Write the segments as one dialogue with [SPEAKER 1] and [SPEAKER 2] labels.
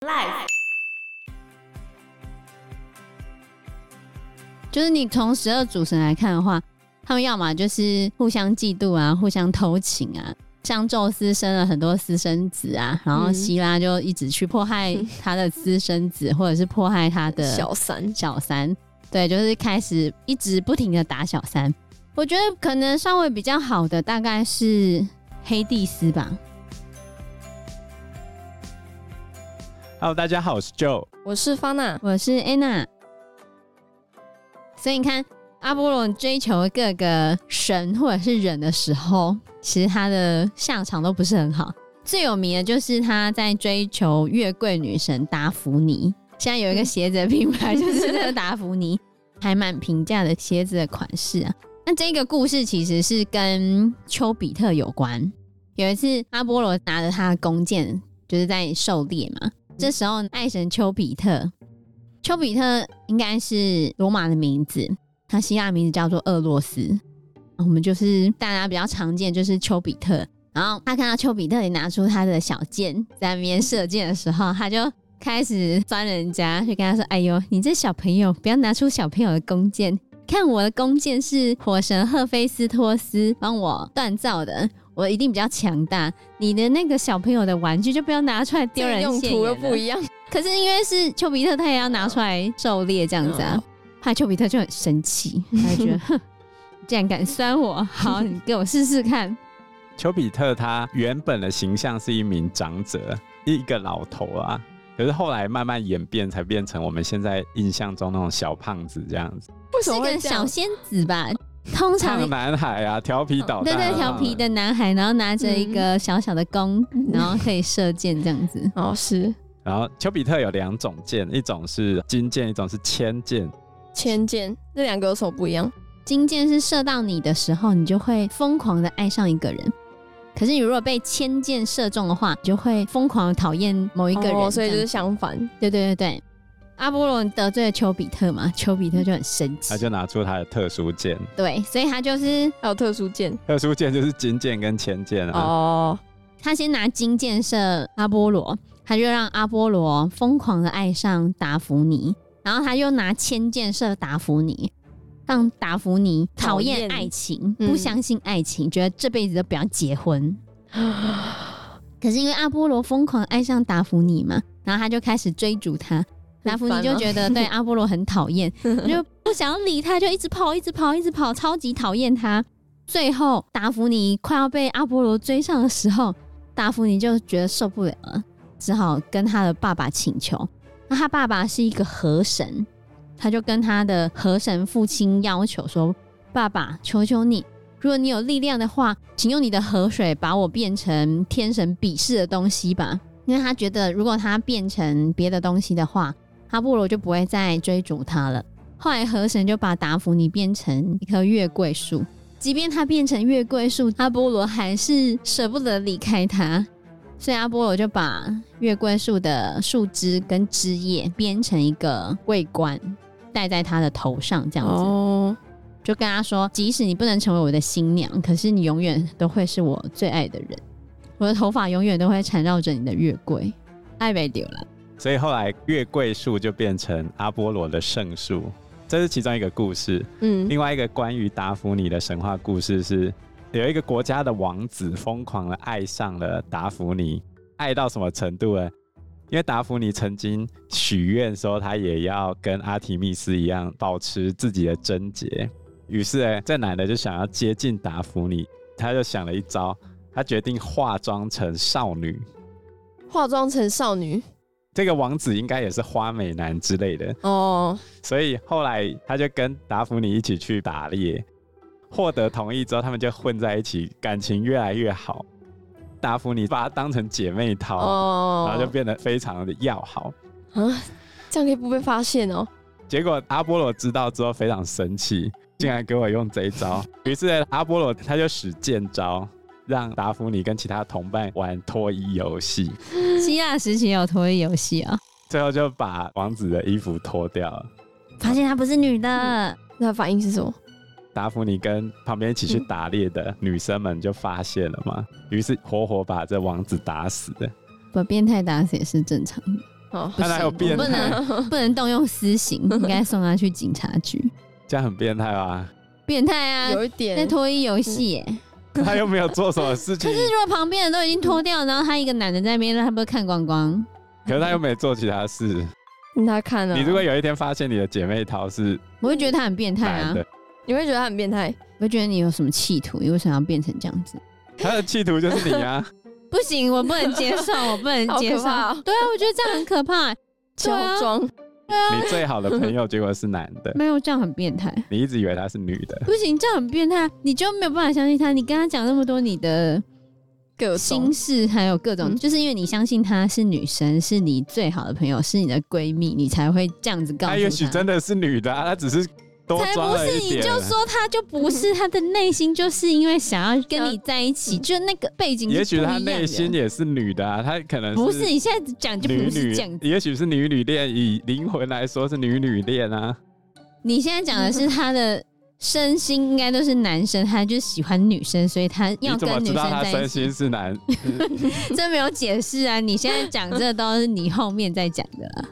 [SPEAKER 1] Life，
[SPEAKER 2] 就是你从十二主神来看的话，他们要么就是互相嫉妒啊，互相偷情啊。像宙斯生了很多私生子啊，然后
[SPEAKER 3] 嗯
[SPEAKER 2] 希拉就一直去迫害他的私生子，或者是迫害他的
[SPEAKER 3] 小三，
[SPEAKER 2] 小三，对，就是开始一直不停的打小三。我觉得可能稍微比较好的大概是黑蒂斯吧，
[SPEAKER 4] Hello，大家好，我是 Joe。
[SPEAKER 3] 我是方娜，
[SPEAKER 2] 我是 Anna。所以你看，阿波罗追求各个神或者是人的时候，其实他的下场都不是很好。最有名的就是他在追求月桂女神达芙妮。现在有一个鞋子的品牌就是这个达芙妮，还蛮平价的鞋子的款式啊。那这个故事其实是跟丘比特有关。有一次，阿波罗拿着他的弓箭，就是在狩猎嘛。这时候，爱神丘比特，丘比特应该是罗马的名字，他希腊名字叫做厄洛斯。我们就是大家比较常见，就是丘比特。然后他看到丘比特也拿出他的小箭在那边射箭的时候，他就开始钻人家，就跟他说：“哎呦，你这小朋友，不要拿出小朋友的弓箭，看我的弓箭是火神赫菲斯托斯帮我锻造的，我一定比较强大。你的那个小朋友的玩具就不要拿出来丢人
[SPEAKER 3] 用
[SPEAKER 2] 现
[SPEAKER 3] 途
[SPEAKER 2] 眼
[SPEAKER 3] 又
[SPEAKER 2] 了
[SPEAKER 3] 不一样，
[SPEAKER 2] 可是因为是丘比特，他也要拿出来狩猎这样子啊
[SPEAKER 3] 嗯，
[SPEAKER 2] 怕丘比特就很生气，他就觉得哼，你 竟然敢酸我，好，你给我试试看。
[SPEAKER 4] 丘比特他原本的形象是一名长者，一个老头啊，可是后来慢慢演变，才变成我们现在印象中那种小胖子这样子，
[SPEAKER 3] 为
[SPEAKER 2] 是
[SPEAKER 3] 什么
[SPEAKER 2] 个
[SPEAKER 3] 会这
[SPEAKER 2] 小
[SPEAKER 3] 样？
[SPEAKER 2] 仙子吧？通常
[SPEAKER 4] 胖男孩啊，调皮捣
[SPEAKER 2] 对
[SPEAKER 4] 蛋、
[SPEAKER 2] 哦对调皮。的男孩，然后拿着一
[SPEAKER 3] 嗯
[SPEAKER 2] 个小小的弓，然后可以射箭这样子。
[SPEAKER 3] 哦，是
[SPEAKER 4] 然后丘比特有两种箭，一种是金箭，一种是铅箭。
[SPEAKER 3] 千剑，这两个有什么不一样？
[SPEAKER 2] 金箭是射到你的时候，你就会疯狂的爱上一个人。可是你如果被千箭射中的话，你就会疯狂的讨厌某一个人这样
[SPEAKER 3] 哦，
[SPEAKER 2] 子。
[SPEAKER 3] 所以就是相反，
[SPEAKER 2] 对对对对，阿波罗得罪了丘比特嘛，丘比特就很生气
[SPEAKER 4] 他。就拿出他的特殊箭，
[SPEAKER 2] 对，所以他就是
[SPEAKER 3] 还有特殊剑。
[SPEAKER 4] 特殊箭就是金箭跟铅箭啊。
[SPEAKER 3] 哦，
[SPEAKER 2] 他先拿金箭射阿波罗，他就让阿波罗疯狂的爱上达芙妮，然后他又拿千箭射达芙妮，让达芙妮讨
[SPEAKER 3] 讨
[SPEAKER 2] 厌
[SPEAKER 3] 厌
[SPEAKER 2] 爱情，
[SPEAKER 3] 嗯
[SPEAKER 2] 不相信爱情，觉得这辈子都不要结婚。可是因为阿波罗疯狂爱上达芙妮嘛，然后他就开始追逐她。达芙妮就觉得对阿波罗很讨厌，就不想要理他，就一直跑，一直跑，一直跑，超级讨厌他。最后，达芙妮快要被阿波罗追上的时候，达芙妮就觉得受不了了，只好跟他的爸爸请求。那他爸爸是一个河神，他就跟他的河神父亲要求说：“爸爸，求求你，如果你有力量的话，请用你的河水把我变成天神鄙视的东西吧。”因为他觉得，如果他变成别的东西的话，阿波罗就不会再追逐他了。后来河神就把达芙妮变成一棵月桂树，即便他变成月桂树，阿波罗还是舍不得离开他，所以阿波罗就把月桂树的树枝跟枝叶编成一个桂冠，戴在他的头上，这样子。
[SPEAKER 3] 哦，
[SPEAKER 2] 就跟他说，即使你不能成为我的新娘，可是你永远都会是我最爱的人，我的头发永远都会缠绕着你的月桂，爱被丢 了。
[SPEAKER 4] 所以后来月桂树就变成阿波罗的圣树，这是其中一个故事。
[SPEAKER 3] 嗯，
[SPEAKER 4] 另外一个关于达芙妮的神话故事是，有一个国家的王子疯狂的爱上了达芙妮，爱到什么程度呢？因为达芙妮曾经许愿说，她也要跟阿提密斯一样保持自己的贞洁。于是呢，这男的就想要接近达芙妮，他就想了一招，他决定化妆成少女。
[SPEAKER 3] 化妆成少女。
[SPEAKER 4] 这个王子应该也是花美男之类的，
[SPEAKER 3] 哦，
[SPEAKER 4] 所以后来他就跟达芙妮一起去打猎，获得同意之后，他们就混在一起，感情越来越好。达芙妮把她当成姐妹淘，
[SPEAKER 3] 哦，
[SPEAKER 4] 然后就变得非常的要好。
[SPEAKER 3] 啊，这样可以不被发现哦。
[SPEAKER 4] 结果阿波罗知道之后非常生气，竟然给我用这一招。于是阿波罗他就使剑招，让达芙妮跟其他同伴玩脱衣游戏，
[SPEAKER 2] 希腊时期有脱衣游戏啊，
[SPEAKER 4] 最后就把王子的衣服脱掉了。
[SPEAKER 2] 发现她不是女的，
[SPEAKER 3] 那反应是什么？
[SPEAKER 4] 达芙妮跟旁边一起去打猎的女生们就发现了嘛，于是活活把这王子打死了。
[SPEAKER 2] 把变态打死也是正常的。
[SPEAKER 3] 哦，
[SPEAKER 4] 他哪有变
[SPEAKER 2] 不
[SPEAKER 4] 态？
[SPEAKER 2] 能不啊能动用私刑，应该送他去警察局。
[SPEAKER 4] 这样很变态吧？
[SPEAKER 2] 变态啊，
[SPEAKER 3] 有一
[SPEAKER 2] 在
[SPEAKER 3] 点，
[SPEAKER 2] 脱衣游戏耶！
[SPEAKER 4] 他又没有做什么事情
[SPEAKER 2] 可，是如果旁边人都已经脱掉，然后他一个男的在那边，他不是看光光？
[SPEAKER 4] 可是他又没做其他事。
[SPEAKER 3] 他看啊
[SPEAKER 2] 啊
[SPEAKER 3] 了，
[SPEAKER 4] 你如果有一天发现你的姐妹淘是
[SPEAKER 2] 我会觉得他很变态啊
[SPEAKER 4] 男，的，
[SPEAKER 3] 你会觉得他很变态，
[SPEAKER 2] 我会觉得你有什么企图？你为什么要变成这样子？
[SPEAKER 4] 他的企图就是你 啊，
[SPEAKER 2] 不行，我不能接 受，我不能
[SPEAKER 3] 好
[SPEAKER 2] 接
[SPEAKER 3] 可
[SPEAKER 2] 受。
[SPEAKER 3] 怕哦，
[SPEAKER 2] 对啊，我觉得这样很可怕。对啊
[SPEAKER 3] 乔装，
[SPEAKER 4] 你最好的朋友结果是男的，
[SPEAKER 2] 没有，这样很变态。
[SPEAKER 4] 你一直以为他是女的，
[SPEAKER 2] 不行，这样很变态，你就没有办法相信他。你跟他讲那么多你的
[SPEAKER 3] 各种
[SPEAKER 2] 心，事，还有各种，
[SPEAKER 3] 嗯
[SPEAKER 2] 就是因为你相信她是女生，是你最好的朋友，是你的闺蜜，你才会这样子告诉
[SPEAKER 4] 他
[SPEAKER 2] 她。
[SPEAKER 4] 哎也许真的是女的、啊，他只是多
[SPEAKER 2] 才
[SPEAKER 4] 装
[SPEAKER 2] 不
[SPEAKER 4] 了
[SPEAKER 2] 是，
[SPEAKER 4] 一
[SPEAKER 2] 你
[SPEAKER 4] 点啊
[SPEAKER 2] 就。说她就不是，她的内心就是因为想要跟你在一起，
[SPEAKER 3] 嗯
[SPEAKER 2] 就那个背景是
[SPEAKER 4] 也许
[SPEAKER 2] 不
[SPEAKER 4] 他
[SPEAKER 2] 一样的
[SPEAKER 4] 内心也是女的啊，他可能
[SPEAKER 2] 不是，你现在讲就
[SPEAKER 4] 女
[SPEAKER 2] 不
[SPEAKER 4] 女
[SPEAKER 2] 是这样，子。
[SPEAKER 4] 也许是女女恋，以灵魂来说是女女恋啊。
[SPEAKER 2] 你现在讲的是她的。身心应该都是男生，他就喜欢女生，所以他
[SPEAKER 4] 你
[SPEAKER 2] 要
[SPEAKER 4] 怎
[SPEAKER 2] 跟
[SPEAKER 4] 么
[SPEAKER 2] 女
[SPEAKER 4] 知
[SPEAKER 2] 生
[SPEAKER 4] 道他
[SPEAKER 2] 在一
[SPEAKER 4] 身
[SPEAKER 2] 起
[SPEAKER 4] 心。是男？
[SPEAKER 2] 这没有解释啊！你现在讲这都是你后面再讲 的
[SPEAKER 4] 哦
[SPEAKER 2] 啦，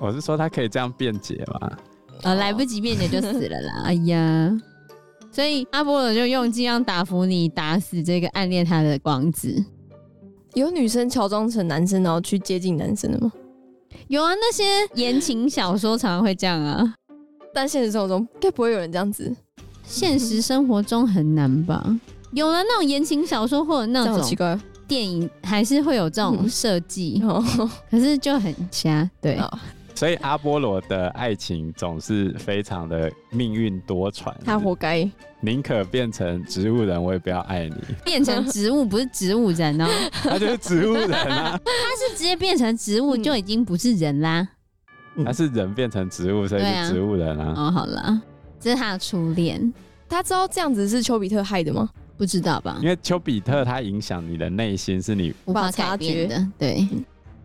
[SPEAKER 4] 我是说他可以这样辩解嘛？
[SPEAKER 2] 呃，来不及辩解就死了 啦！哎呀，所以阿波罗就用尽量打服你，打死这个暗恋他的王子。
[SPEAKER 3] 有女生乔装成男生，然后去接近男生的吗？
[SPEAKER 2] 有啊，那些言情小说常常会这样啊，
[SPEAKER 3] 但现实生活中应该不会有人这样子，
[SPEAKER 2] 现实生活中很难吧？有了那种言情小说或者那
[SPEAKER 3] 这样好奇
[SPEAKER 2] 种
[SPEAKER 3] 怪
[SPEAKER 2] 电影，还是会有这
[SPEAKER 4] 嗯
[SPEAKER 2] 种设计，
[SPEAKER 3] 哦。
[SPEAKER 2] 可是就很瞎。对，
[SPEAKER 3] 好
[SPEAKER 4] 所以阿波罗的爱情总是非常的命运多舛，
[SPEAKER 3] 他活该，
[SPEAKER 4] 宁可变成植物人，我也不要 爱你。
[SPEAKER 2] 变成植物不是植物人哦，
[SPEAKER 4] 他就是植物人啊，
[SPEAKER 2] 他是直接变成植物
[SPEAKER 3] 嗯
[SPEAKER 2] 就已经不是人啦。
[SPEAKER 4] 他是人变成植物，所以
[SPEAKER 2] 对啊
[SPEAKER 4] 是植物人啊。
[SPEAKER 2] 哦，好啦，这是他的初恋，
[SPEAKER 3] 他知道这样子是丘比特害的吗？
[SPEAKER 2] 不知道吧
[SPEAKER 4] 因？为丘比特他影响你的内心，是你
[SPEAKER 2] 无法改变的，对。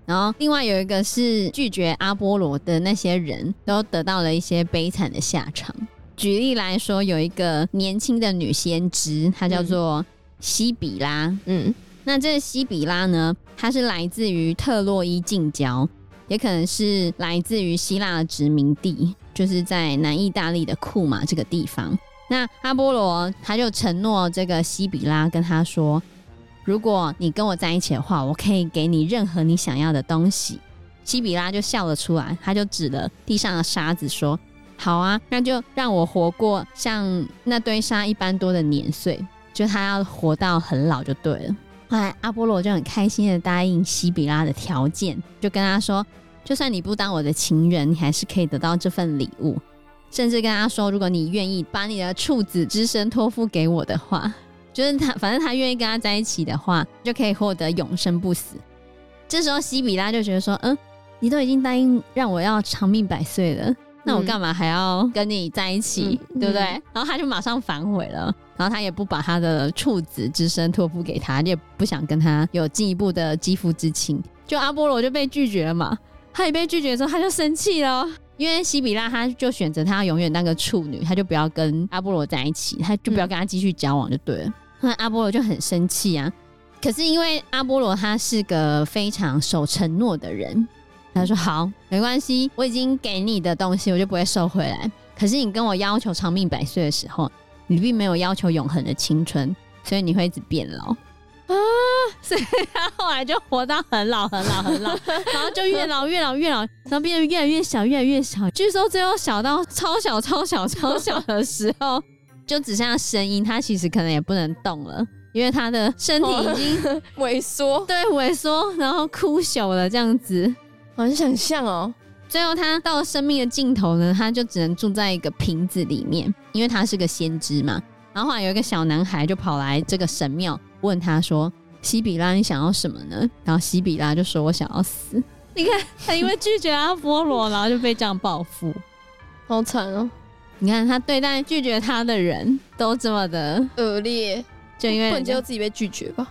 [SPEAKER 2] 然后另外有一个是拒绝阿波罗的那些人都得到了一些悲惨的下场。举例来说，有一个年轻的女先知，她叫做西比拉。
[SPEAKER 3] 嗯，
[SPEAKER 2] 那这个西比拉呢，她是来自于特洛伊近郊，也可能是来自于希腊的殖民地，就是在南意大利的库马这个地方。那阿波罗他就承诺这个西比拉跟他说，如果你跟我在一起的话，我可以给你任何你想要的东西。西比拉就笑了出来，他就指了地上的沙子说：“好啊，那就让我活过像那堆沙一般多的年岁，就他要活到很老就对了。”后来阿波罗就很开心的答应西比拉的条件，就跟他说，就算你不当我的情人，你还是可以得到这份礼物，甚至跟他说，如果你愿意把你的处子之身托付给我的话，就是他，反正他愿意跟他在一起的话，就可以获得永生不死。这时候西比拉就觉得说，嗯，你都已经答应让我要长命百岁了。那我干嘛还要跟你在一起，
[SPEAKER 3] 嗯
[SPEAKER 2] 对不对？
[SPEAKER 3] 嗯
[SPEAKER 2] 然后他就马上反悔了，然后他也不把他的处子之身托付给他，也不想跟他有进一步的肌肤之亲。就阿波罗就被拒绝了嘛，他也被拒绝之后，他就生气了哦，因为西比拉他就选择他永远当个处女，他就不要跟阿波罗在一起，他就不要跟他继续交往就对
[SPEAKER 3] 嗯
[SPEAKER 2] 了。那阿波罗就很生气啊，可是因为阿波罗他是个非常守承诺的人，他说好，没关系，我已经给你的东西，我就不会收回来。可是你跟我要求长命百岁的时候，你并没有要求永恒的青春，所以你会一直变老啊。 所以他后来就活到很老很老很老，然后就越老越老越老，然后变得越来越小越来越小。据说最后小到超小超小超小的时候， 就只剩下声音，他其实可能也不能动了，因为他的身体已 经
[SPEAKER 3] 萎缩，
[SPEAKER 2] 对萎缩，然后枯朽了这样子。
[SPEAKER 3] 很想象哦，
[SPEAKER 2] 最后，他到生命的尽头呢，他就只能住在一个瓶子里面，因为他是个先知嘛。然后后来有一个小男孩就跑来这个神庙，问他说：“西比拉，你想要什么呢？”然后西比拉就说：“我想要死。”你看，他因为拒绝阿波罗，然后就被这样报复。
[SPEAKER 3] 好惨哦，
[SPEAKER 2] 你看他对待拒绝他的人都这么的，
[SPEAKER 3] 恶劣，
[SPEAKER 2] 就因为
[SPEAKER 3] 不能
[SPEAKER 2] 人
[SPEAKER 3] 接
[SPEAKER 2] 家
[SPEAKER 3] 受自己被拒绝吧，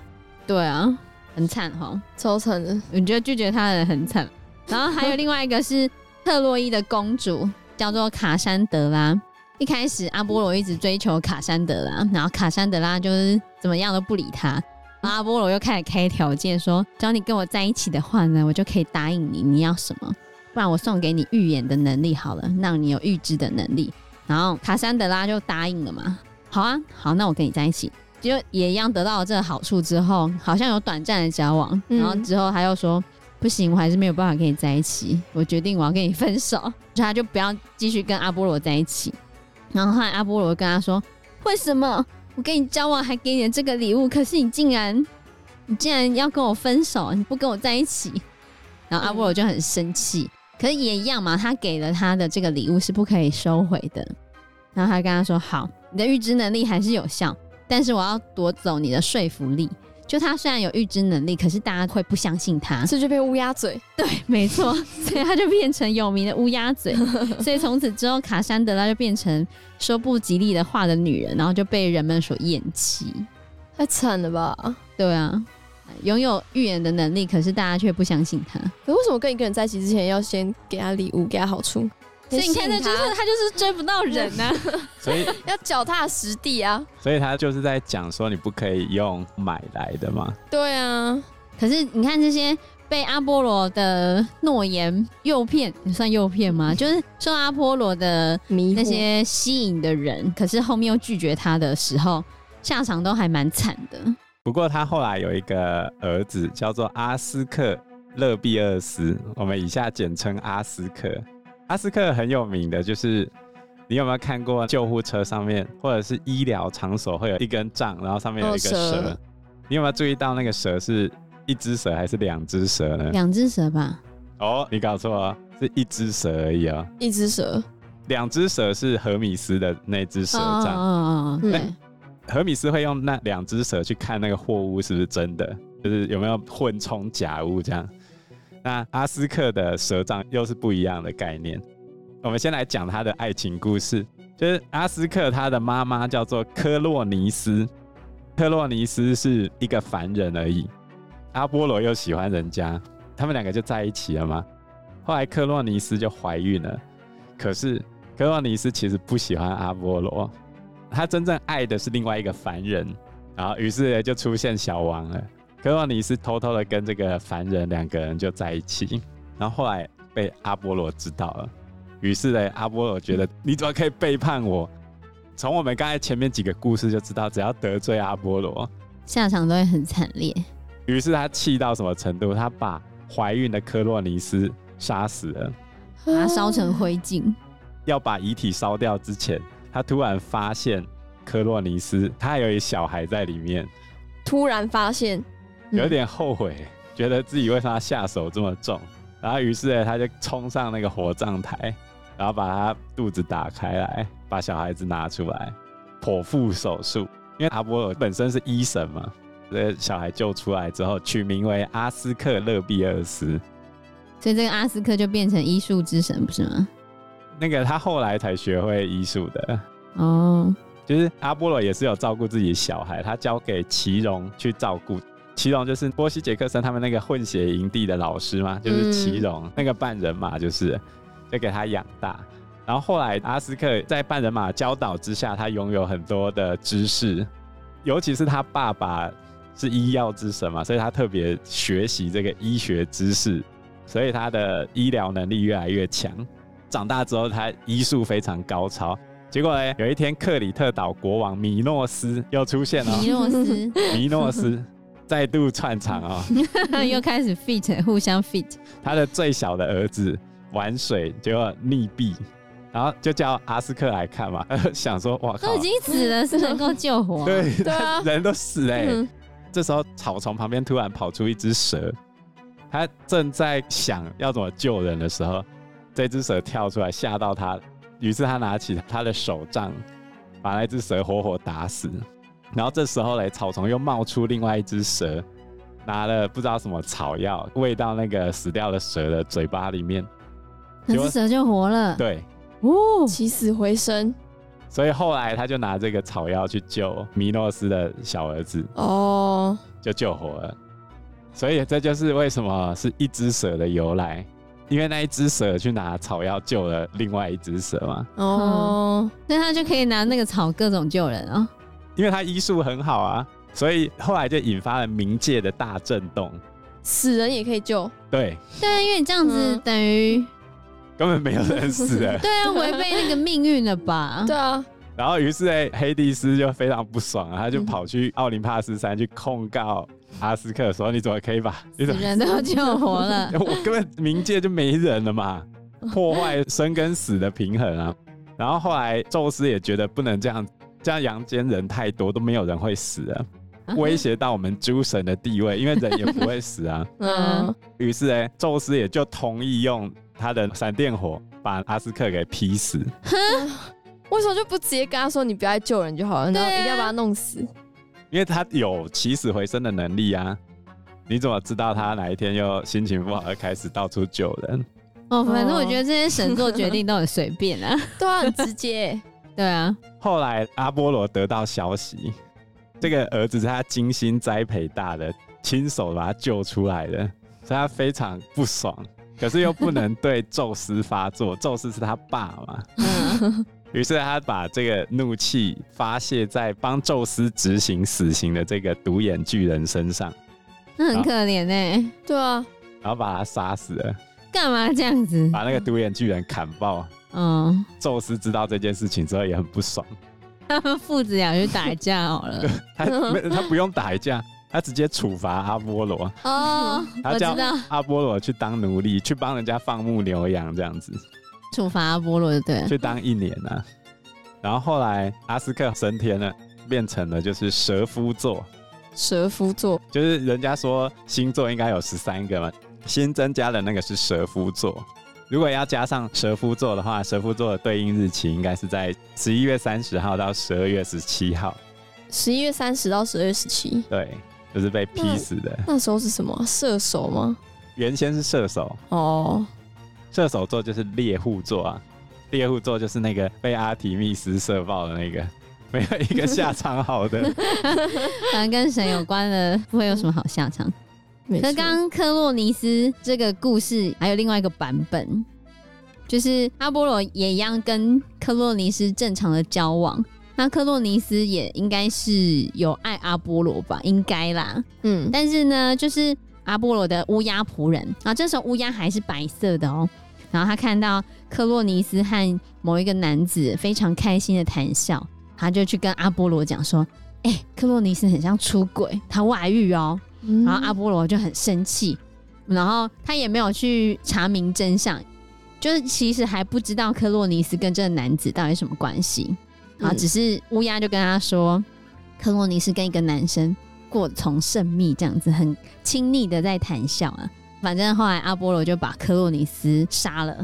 [SPEAKER 2] 对啊，很惨哈。
[SPEAKER 3] 超惨的，
[SPEAKER 2] 我觉得拒绝他的人很惨。然后还有另外一个是特洛伊的公主，叫做卡珊德拉。一开始阿波罗一直追求卡珊德拉，然后卡珊德拉就是怎么样都不理他。然然后阿波罗又开始开条件说，只要你跟我在一起的话呢，我就可以答应你你要什么，不然我送给你预言的能力好了，让你有预知的能力。然后卡珊德拉就答应了嘛，好啊，好，那我跟你在一起。就也一样得到了这个好处之后，好像有短暂的交往，
[SPEAKER 3] 嗯
[SPEAKER 2] 然后之后他又说。不行，我还是没有办法跟你在一起。我决定我要跟你分手，所以他就不要继续跟阿波罗在一起。然后后来阿波罗跟他说：“为什么我跟你交往还给你的这个礼物，可是你竟然你竟然要跟我分手，你不跟我在一起？”然后阿波罗就很生气，可是也一样嘛，他给了他的这个礼物是不可以收回的。然后他跟他说：“好，你的预知能力还是有效，但是我要夺走你的说服力。”就他虽然有预知能力，可是大家会不相信他，
[SPEAKER 3] 这就被乌鸦嘴。
[SPEAKER 2] 没错， 所以他就变成有名的乌鸦 嘴。所以从此之后，卡珊德拉就变成说不吉利的话的女人，然后就被人们所厌弃。
[SPEAKER 3] 太惨了吧！
[SPEAKER 2] 对啊，拥有预言的能力，可是大家却不相信他。
[SPEAKER 3] 可为什么跟一个人在一起之前要先给他礼物，给他好处？
[SPEAKER 2] 所以你看，
[SPEAKER 3] 先
[SPEAKER 2] 这
[SPEAKER 3] 吸引
[SPEAKER 2] 就是
[SPEAKER 3] 他
[SPEAKER 2] 他就是追不到人啊呐、
[SPEAKER 4] 所以
[SPEAKER 3] 要脚踏实地啊！
[SPEAKER 4] 所以他就是在讲说你不可以用买来的嘛，
[SPEAKER 3] 对啊，
[SPEAKER 2] 可是你看这些被阿波罗的诺言诱骗，你算诱骗 吗？就是受阿波罗的
[SPEAKER 3] 迷
[SPEAKER 2] 那些吸引的人，可是后面又拒绝他的时候，下场都还蛮惨的。
[SPEAKER 4] 不过他后来有一个儿子叫做阿斯克勒庇厄斯，我们以下简称阿斯克。阿斯克很有名的就是，你有没有看过救护车上面或者是医疗场所会有一根杖，然后上面有一个
[SPEAKER 3] 哦
[SPEAKER 4] 蛇？
[SPEAKER 3] 蛇
[SPEAKER 4] 你有没有注意到那个蛇是一只蛇还是两只蛇呢？
[SPEAKER 2] 两只蛇吧，
[SPEAKER 4] 哦，你搞错了，是一只蛇而已哦。
[SPEAKER 3] 一只蛇，
[SPEAKER 4] 两只蛇是荷米斯的那只蛇杖，
[SPEAKER 2] 哦哦哦哦对。
[SPEAKER 3] 嗯
[SPEAKER 4] 荷米斯会用那两只蛇去看那个货物是不是真的，就是有没有混充假物这样。那阿斯克的蛇杖又是不一样的概念。我们先来讲他的爱情故事，就是阿斯克他的妈妈叫做科洛尼斯，科洛尼斯是一个凡人而已，阿波罗又喜欢人家，他们两个就在一起了嘛。后来科洛尼斯就怀孕了，可是科洛尼斯其实不喜欢阿波罗，他真正爱的是另外一个凡人，然后于是就出现小王了。科洛尼斯偷偷的跟这个凡人两个人就在一起，然后后来被阿波罗知道了，于是呢，阿波罗觉得你怎么可以背叛我？从我们刚才前面几个故事就知道，只要得罪阿波罗，
[SPEAKER 2] 下场都会很惨烈。
[SPEAKER 4] 于是他气到什么程度？他把怀孕的科洛尼斯杀死了。
[SPEAKER 2] 把它烧成
[SPEAKER 3] 啊
[SPEAKER 2] 灰烬。
[SPEAKER 4] 要把遗体烧掉之前，他突然发现科洛尼斯他还有一小孩在里面，
[SPEAKER 3] 突然发现，
[SPEAKER 2] 嗯
[SPEAKER 4] 有点后悔，觉得自己为什么下手这么重。然后于是呢，他就冲上那个火葬台，然后把他肚子打开来，把小孩子拿出来，剖腹手术。因为阿波罗本身是医生嘛，这个小孩救出来之后，取名为阿斯克勒庇厄斯。
[SPEAKER 2] 所以这个阿斯克就变成医术之神，不是吗？
[SPEAKER 4] 那个他后来才学会医术的，
[SPEAKER 2] 哦，
[SPEAKER 4] 就是阿波罗也是有照顾自己小孩，他交给奇荣去照顾。奇荣就是波西·杰克森他们那个混血营地的老师嘛，就是奇荣、那个半人马，就是就给他养大。然后后来阿斯克在半人马教导之下，他拥有很多的知识，尤其是他爸爸是医药之神嘛，所以他特别学习这个医学知识，所以他的医疗能力越来越强。长大之后，他医术非常高超。结果呢，有一天克里特岛国王米诺斯又出现了、
[SPEAKER 2] 米诺斯
[SPEAKER 4] 米诺斯再度串场哦，
[SPEAKER 2] 又开始 fit，互相 fit。
[SPEAKER 4] 他的最小的儿子玩水结果溺毙，然后就叫阿斯克来看嘛， 想说哇靠
[SPEAKER 2] 都已，经死了，是能够救活？
[SPEAKER 4] 对，
[SPEAKER 3] 对啊
[SPEAKER 4] 人都死哎、
[SPEAKER 3] 嗯，
[SPEAKER 4] 这时候草丛旁边突然跑出一只蛇，他正在想要怎么救人的时候，这只蛇跳出来吓到他，于是他拿起他的手杖，把那只蛇活活打死。然后这时候嘞，草丛又冒出另外一只蛇，拿了不知道什么草药喂到那个死掉的蛇的嘴巴里面。
[SPEAKER 2] 可是蛇就活了。
[SPEAKER 4] 对，
[SPEAKER 2] 哦，
[SPEAKER 3] 起死回生
[SPEAKER 4] 所以后来他就拿这个草药去救米诺斯的小儿子。
[SPEAKER 3] 哦，
[SPEAKER 4] 就救活了。所以这就是为什么是一只蛇的由来，因为那一只蛇去拿草药救了另外一只蛇嘛。
[SPEAKER 3] 哦，
[SPEAKER 2] 所以他就可以拿那个草各种救人啊、
[SPEAKER 4] 因为他医术很好啊，所以后来就引发了冥界的大震动。
[SPEAKER 3] 死人也可以救，
[SPEAKER 4] 对，
[SPEAKER 2] 对啊，因为你这样子
[SPEAKER 3] 嗯
[SPEAKER 2] 等于、
[SPEAKER 4] 根本没有人死 了。
[SPEAKER 2] 对啊，违背那个命运了吧？
[SPEAKER 3] 对啊，
[SPEAKER 4] 然后于是哎，黑帝斯就非常不爽啊，他就
[SPEAKER 3] 嗯
[SPEAKER 4] 跑去奥林帕斯山去控告阿斯克说：“你怎么可以把你怎
[SPEAKER 2] 死
[SPEAKER 4] 么，
[SPEAKER 2] 人都救活了
[SPEAKER 4] 我根本冥界就没人了嘛，破坏生跟死的平衡啊。然后后来宙斯也觉得不能这样，这样阳间人太多都没有人会死啊，威胁到我们诸神的地位，因为人也不会死啊。
[SPEAKER 3] 嗯，
[SPEAKER 4] 于是哎，宙斯也就同意用他的闪电火把阿斯克给劈死。
[SPEAKER 3] 为什么就不直接跟他说你不要再救人就好了，然后
[SPEAKER 2] 对啊
[SPEAKER 3] 一定要把他弄死？
[SPEAKER 4] 因为他有起死回生的能力啊。你怎么知道他哪一天又心情不好而开始到处救人？
[SPEAKER 2] 哦，反正我觉得这些神做决定都很随便啊。
[SPEAKER 3] 对啊，很直接，
[SPEAKER 2] 对啊，
[SPEAKER 4] 后来阿波罗得到消息，这个儿子是他精心栽培大的，亲手把他救出来的，所以他非常不爽，可是又不能对宙斯发作，宙斯是他爸嘛。
[SPEAKER 2] 嗯，
[SPEAKER 4] 于是他把这个怒气发泄在帮宙斯执行死刑的这个独眼巨人身上，
[SPEAKER 2] 那很可怜哎、
[SPEAKER 3] 对啊，
[SPEAKER 4] 然后把他杀死了，
[SPEAKER 2] 干嘛这样子？
[SPEAKER 4] 把那个独眼巨人砍爆。
[SPEAKER 2] 嗯，
[SPEAKER 4] 宙斯知道这件事情之后也很不爽，
[SPEAKER 2] 他们父子俩去打架好了。
[SPEAKER 4] 他没他不用打一架，他直接处罚阿波罗，
[SPEAKER 2] 哦，我
[SPEAKER 4] 他
[SPEAKER 2] 知
[SPEAKER 4] 叫
[SPEAKER 2] 道，
[SPEAKER 4] 阿波罗去当奴隶，去帮人家放牧牛羊这样子，
[SPEAKER 2] 处罚阿波罗就对了。
[SPEAKER 4] 去当一年啊。然后后来阿斯克升天了，变成了就是蛇夫座，
[SPEAKER 3] 蛇夫座，
[SPEAKER 4] 就是人家说星座应该有十三个嘛，新增加的那个是蛇夫座。如果要加上蛇夫座的话，蛇夫座的对应日期应该是在十一月三十号到十二月十七号，
[SPEAKER 3] 十一月三十到十二月十七，
[SPEAKER 4] 对，就是被劈
[SPEAKER 3] 那
[SPEAKER 4] 死的。
[SPEAKER 3] 那时候是什么啊射手吗？
[SPEAKER 4] 原先是射手，
[SPEAKER 3] 哦，
[SPEAKER 4] 射手座就是猎户座啊，猎户座就是那个被阿提密斯射爆的那个， 没有一个下场好的。
[SPEAKER 2] 反正跟神有关的，不会有什么好下场。
[SPEAKER 3] 没
[SPEAKER 2] 可
[SPEAKER 3] 错
[SPEAKER 2] 是刚刚科洛尼斯这个故事还有另外一个版本，就是阿波罗也一样跟科洛尼斯正常的交往。那科洛尼斯也应该是有爱阿波罗吧，应该啦。
[SPEAKER 3] 嗯，
[SPEAKER 2] 但是呢，就是阿波罗的乌鸦仆人啊，这时候乌鸦还是白色的哦。然后他看到科洛尼斯和某一个男子非常开心的谈笑，他就去跟阿波罗讲说：“哎、科洛尼斯很像出轨，他外遇哦。”然后阿波罗就很生气，然后他也没有去查明真相，就是其实还不知道科洛尼斯跟这个男子到底什么关系啊，
[SPEAKER 3] 嗯
[SPEAKER 2] 只是乌鸦就跟他说，科洛尼斯跟一个男生过从甚密，这样子很亲密的在谈笑啊。反正后来阿波罗就把科洛尼斯杀了，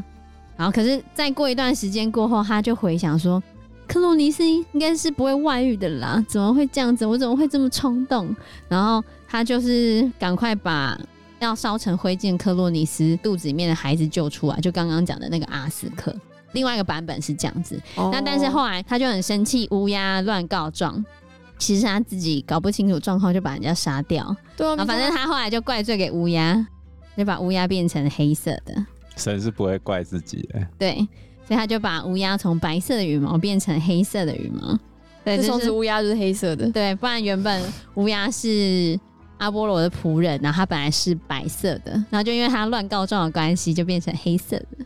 [SPEAKER 2] 然后可是再过一段时间过后，他就回想说。克洛尼斯应该是不会外遇的啦，怎么会这样子？我怎么会这么冲动？然后他就是赶快把要烧成灰烬克洛尼斯肚子里面的孩子救出来，就刚刚讲的那个阿斯克。另外一个版本是这样子，
[SPEAKER 3] 哦
[SPEAKER 2] 那但是后来他就很生气，乌鸦乱告状。其实他自己搞不清楚状况，就把人家杀掉。
[SPEAKER 3] 对啊
[SPEAKER 2] 然，后反正他后来就怪罪给乌鸦，就把乌鸦变成黑色的。
[SPEAKER 4] 神是不会怪自己的，
[SPEAKER 2] 对，所以他就把乌鸦从白色的羽毛变成黑色的羽毛。对，
[SPEAKER 3] 这
[SPEAKER 2] 就
[SPEAKER 3] 双
[SPEAKER 2] 是
[SPEAKER 3] 子乌鸦就是黑色的，
[SPEAKER 2] 对，不然原本乌鸦是阿波罗的仆人，然后他本来是白色的，然后就因为他乱告状的关系，就变成黑色的。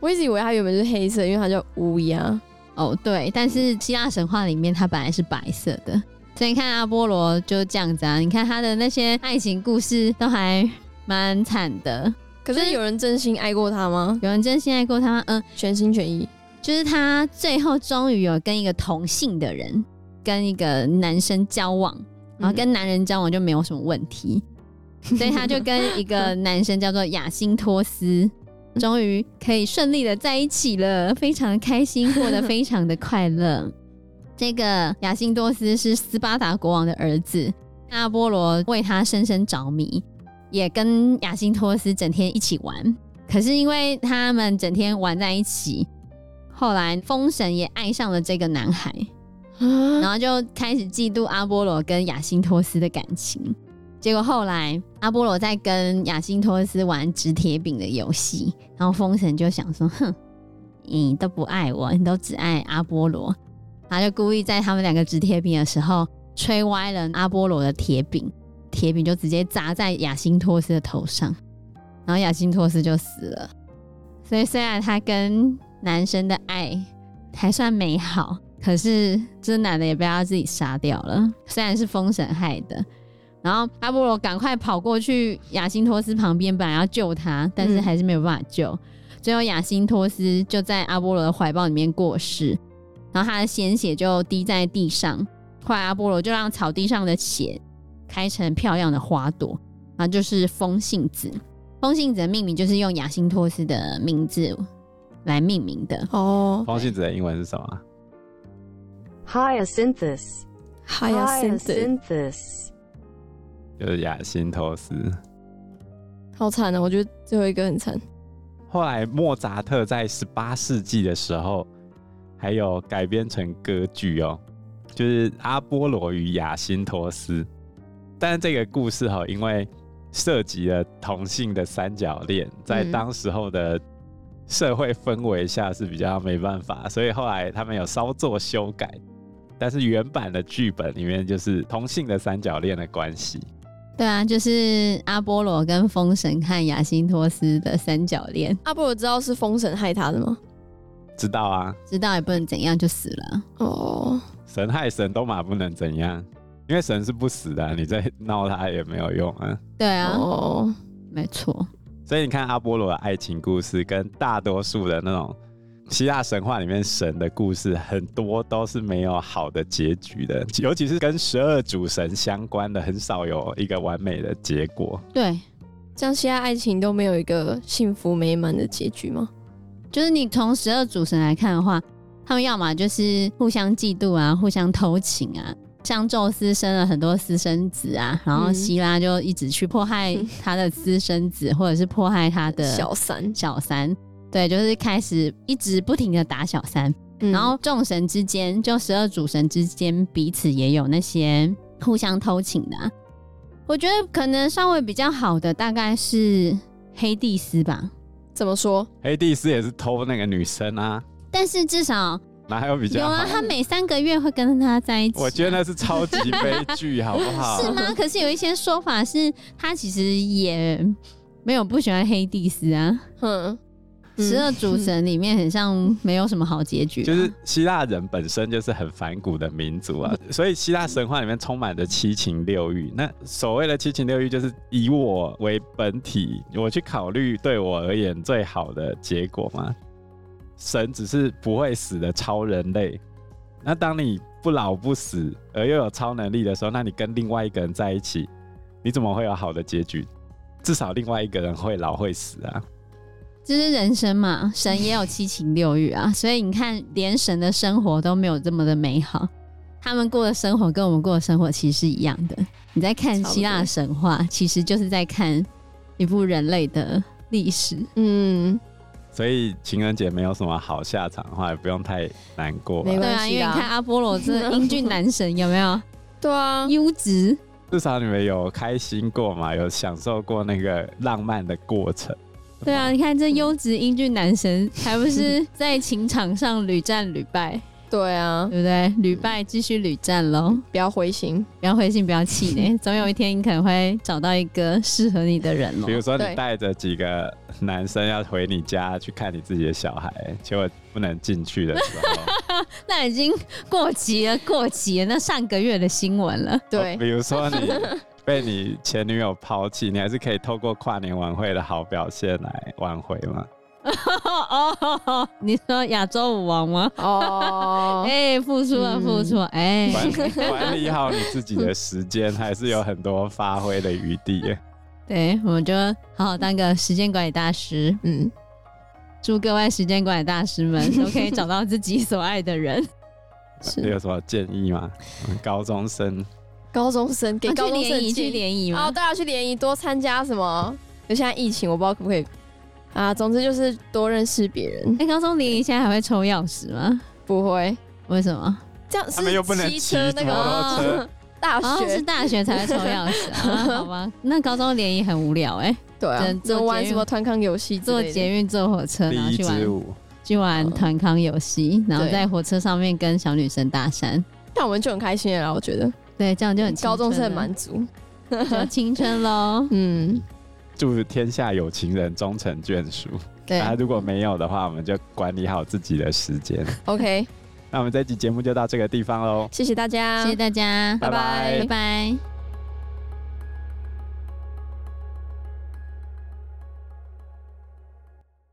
[SPEAKER 3] 我一直以为它原本就是黑色，因为它叫乌鸦。
[SPEAKER 2] 哦，对，但是希腊神话里面它本来是白色的，所以你看阿波罗就这样子啊。你看他的那些爱情故事都还蛮惨的，
[SPEAKER 3] 可
[SPEAKER 2] 就是是
[SPEAKER 3] 有人真心爱过它吗？
[SPEAKER 2] 有人真心爱过他吗？嗯，
[SPEAKER 3] 全心全意，
[SPEAKER 2] 就是他最后终于有跟一个同性的人，跟一个男生交往，然后跟男人交往就没有什么问题，所以他就跟一个男生叫做雅辛托斯，终于可以顺利的在一起了，非常的开心，过得非常的快乐。这个雅辛多斯是斯巴达国王的儿子，阿波罗为他深深着迷，也跟雅辛托斯整天一起玩。可是因为他们整天玩在一起，后来风神也爱上了这个男孩，
[SPEAKER 3] 啊
[SPEAKER 2] 然后就开始嫉妒阿波罗跟雅辛托斯的感情。结果后来阿波罗在跟雅辛托斯玩掷铁饼的游戏，然后风神就想说：“哼，你都不爱我，你都只爱阿波罗。”他就故意在他们两个掷铁饼的时候，吹歪了阿波罗的铁饼，铁饼就直接砸在雅辛托斯的头上，然后雅辛托斯就死了。所以虽然他跟男生的爱还算美好，可是这男的也被他自己杀掉了，虽然是风神害的。然后阿波罗赶快跑过去雅辛托斯旁边，本来要救他，但是还是没有办法救。最后雅辛托斯就在阿波罗的怀抱里面过世，然后他的鲜血就滴在地上。后来阿波罗就让草地上的血开成漂亮的花朵，然后就是风信子。风信子的命名就是用雅辛托斯的名字来命名的。
[SPEAKER 3] 哦
[SPEAKER 4] 风信子的英文是什么啊？
[SPEAKER 1] Hyacinthus.
[SPEAKER 3] ，Hyacinth，
[SPEAKER 4] 就是雅辛托斯。
[SPEAKER 3] 好惨啊！我觉得最后一个很惨。
[SPEAKER 4] 后来莫扎特在十八世纪的时候，还有改编成歌剧哦，就是《阿波罗与雅辛托斯》。但是这个故事哈、哦，因为涉及了同性的三角恋，在
[SPEAKER 3] 嗯
[SPEAKER 4] 当时候的社会氛围下是比较没办法，所以后来他们有稍作修改。但是原版的剧本里面就是同性的三角恋的关系，
[SPEAKER 2] 对啊，就是阿波罗跟风神和雅辛托斯的三角恋，
[SPEAKER 3] 阿波罗知道是风神害他的吗？
[SPEAKER 4] 知道啊？
[SPEAKER 2] 知道也不能怎样就死了。
[SPEAKER 3] 哦，
[SPEAKER 4] 神害神都马不能怎样，因为神是不死的啊、你再闹他也没有用啊。
[SPEAKER 2] 对啊，
[SPEAKER 3] 哦，
[SPEAKER 2] 没错，
[SPEAKER 4] 所以你看阿波罗的爱情故事，跟大多数的那种希腊神话里面神的故事，很多都是没有好的结局的，尤其是跟十二主神相关的，很少有一个完美的结果。
[SPEAKER 2] 对，
[SPEAKER 3] 这样现在爱情都没有一个幸福美满的结局吗？
[SPEAKER 2] 就是你从十二主神来看的话，他们要么就是互相嫉妒啊，互相偷情啊。像宙斯生了很多私生子啊，然后
[SPEAKER 3] 嗯
[SPEAKER 2] 希拉就一直去迫害
[SPEAKER 3] 嗯
[SPEAKER 2] 他的私生 子，或者是迫害他的
[SPEAKER 3] 小三，
[SPEAKER 2] 小三，对，就是开始一直不停的打小三。
[SPEAKER 3] 嗯
[SPEAKER 2] 然后众神之间，就十二主神之间，彼此也有那些互相偷情的啊、我觉得可能稍微比较好的大概是黑帝斯吧，
[SPEAKER 3] 怎么说？
[SPEAKER 4] 黑帝斯也是偷那个女生啊，
[SPEAKER 2] 但是至少
[SPEAKER 4] 哪还有比
[SPEAKER 2] 有
[SPEAKER 4] 较好？
[SPEAKER 2] 啊，他每三个月会跟他在一起啊、
[SPEAKER 4] 我觉得那是超级悲剧，好不 好？
[SPEAKER 2] 是 吗？可是有一些说法是他其实也没有不喜欢黑帝斯啊，
[SPEAKER 3] 嗯，
[SPEAKER 2] 十二主神里面很像没有什么好结局啊、
[SPEAKER 4] 就是希腊人本身就是很反骨的民族啊，所以希腊神话里面充满着七情六欲。那所谓的七情六欲，就是以我为本体，我去考虑对我而言最好的结果嘛。神只是不会死的超人类。那当你不老不死而又有超能力的时候，那你跟另外一个人在一起，你怎么会有好的结局？至少另外一个人会老会死啊。
[SPEAKER 2] 这是人生嘛，神也有七情六欲 啊，所以你看，连神的生活都没有这么的美好。他们过的生活跟我们过的生活其实是一样的。你在看希腊神话，其实就是在看一部人类的历史。
[SPEAKER 3] 嗯，
[SPEAKER 4] 所以情人节没有什么好下场的话，也不用太难过吧
[SPEAKER 3] 没。
[SPEAKER 2] 对
[SPEAKER 3] 关系
[SPEAKER 2] 啊，
[SPEAKER 3] 啦
[SPEAKER 2] 因为你看阿波罗这英俊男神有没 有
[SPEAKER 3] 对啊，
[SPEAKER 2] 优质？
[SPEAKER 4] 至少你们有开心过嘛，有享受过那个浪漫的过程。
[SPEAKER 2] 对啊，
[SPEAKER 3] 嗯
[SPEAKER 2] 你看这优质英俊男神，还不 是在情场上屡战屡败，
[SPEAKER 3] 对啊，
[SPEAKER 2] 对不对？屡败继续屡战喽。
[SPEAKER 3] 不要灰心，
[SPEAKER 2] 不要灰心，不要气 馁，总有一天你可能会找到一个适合你的人哦咯
[SPEAKER 4] 比。如说，你
[SPEAKER 3] 对
[SPEAKER 4] 带着几个男生要回你家去看你自己的小孩，结果不能进去的时候，
[SPEAKER 2] 那已经过期了，过期了，那上个月的新闻了。
[SPEAKER 3] 对，
[SPEAKER 4] 比如说你被你前女友抛弃，你还是可以透过跨年晚会的好表现来挽回嘛。
[SPEAKER 2] 哦哦，你说亚洲舞王吗？
[SPEAKER 3] 哦，
[SPEAKER 2] 哎、付出了，
[SPEAKER 3] 嗯
[SPEAKER 2] 付出了，哎、
[SPEAKER 4] 管管理好你自己的时间，还是有很多发挥的余地。
[SPEAKER 2] 对，我们就好好当个时间管理大师。
[SPEAKER 3] 嗯，
[SPEAKER 2] 祝各位时间管理大师 们都可以找到自己所爱的人。
[SPEAKER 4] 你
[SPEAKER 3] 是
[SPEAKER 4] 有什么建议吗？高中生
[SPEAKER 3] 高中生给
[SPEAKER 2] 啊
[SPEAKER 3] 高
[SPEAKER 2] 去
[SPEAKER 3] 中生
[SPEAKER 2] 联谊，
[SPEAKER 3] 的建
[SPEAKER 2] 去
[SPEAKER 3] 议
[SPEAKER 2] 联谊
[SPEAKER 3] 哦，
[SPEAKER 2] 吗？
[SPEAKER 3] 对啊，去联谊多参加什么？就现在疫情，我不知道可不可以啊。总之就是多认识别人，
[SPEAKER 2] 哎、高中联谊现在还会抽钥匙吗？
[SPEAKER 3] 不会
[SPEAKER 2] 为什么？
[SPEAKER 3] 这样是
[SPEAKER 4] 他们又不能
[SPEAKER 3] 骑车那个
[SPEAKER 4] 摩
[SPEAKER 3] 啊
[SPEAKER 4] 托车，
[SPEAKER 3] 大
[SPEAKER 2] 哦，
[SPEAKER 3] 学
[SPEAKER 2] 是大学才会抽钥匙 啊，好吧？那高中联谊很无聊哎、
[SPEAKER 3] 对啊
[SPEAKER 2] 只能，
[SPEAKER 3] 只
[SPEAKER 2] 做
[SPEAKER 3] 能玩
[SPEAKER 2] 捷运
[SPEAKER 3] 什么团康游戏之
[SPEAKER 2] 坐
[SPEAKER 3] 类的，
[SPEAKER 2] 捷运、坐火车，然后呃
[SPEAKER 4] 第一
[SPEAKER 2] 去
[SPEAKER 4] 支
[SPEAKER 2] 玩
[SPEAKER 4] 舞。
[SPEAKER 2] 去玩团康游戏，然后
[SPEAKER 3] 嗯对
[SPEAKER 2] 在火车上面跟小女生搭讪。
[SPEAKER 3] 像我们就很开心了啦，我觉得
[SPEAKER 2] 对，这样就很青春啊
[SPEAKER 3] 高
[SPEAKER 2] 了
[SPEAKER 3] 中生的满足。。
[SPEAKER 2] 就青春喽
[SPEAKER 3] 嗯，
[SPEAKER 4] 祝天下有情人终成眷属。
[SPEAKER 3] 对
[SPEAKER 4] 啊，如果没有的话，我们就管理好自己的时间。
[SPEAKER 3] ，OK，
[SPEAKER 4] 那我们这期节目就到这个地方喽，
[SPEAKER 3] 谢谢大家，
[SPEAKER 2] 谢谢大家，
[SPEAKER 3] 拜
[SPEAKER 4] 拜
[SPEAKER 3] 拜
[SPEAKER 2] 拜拜。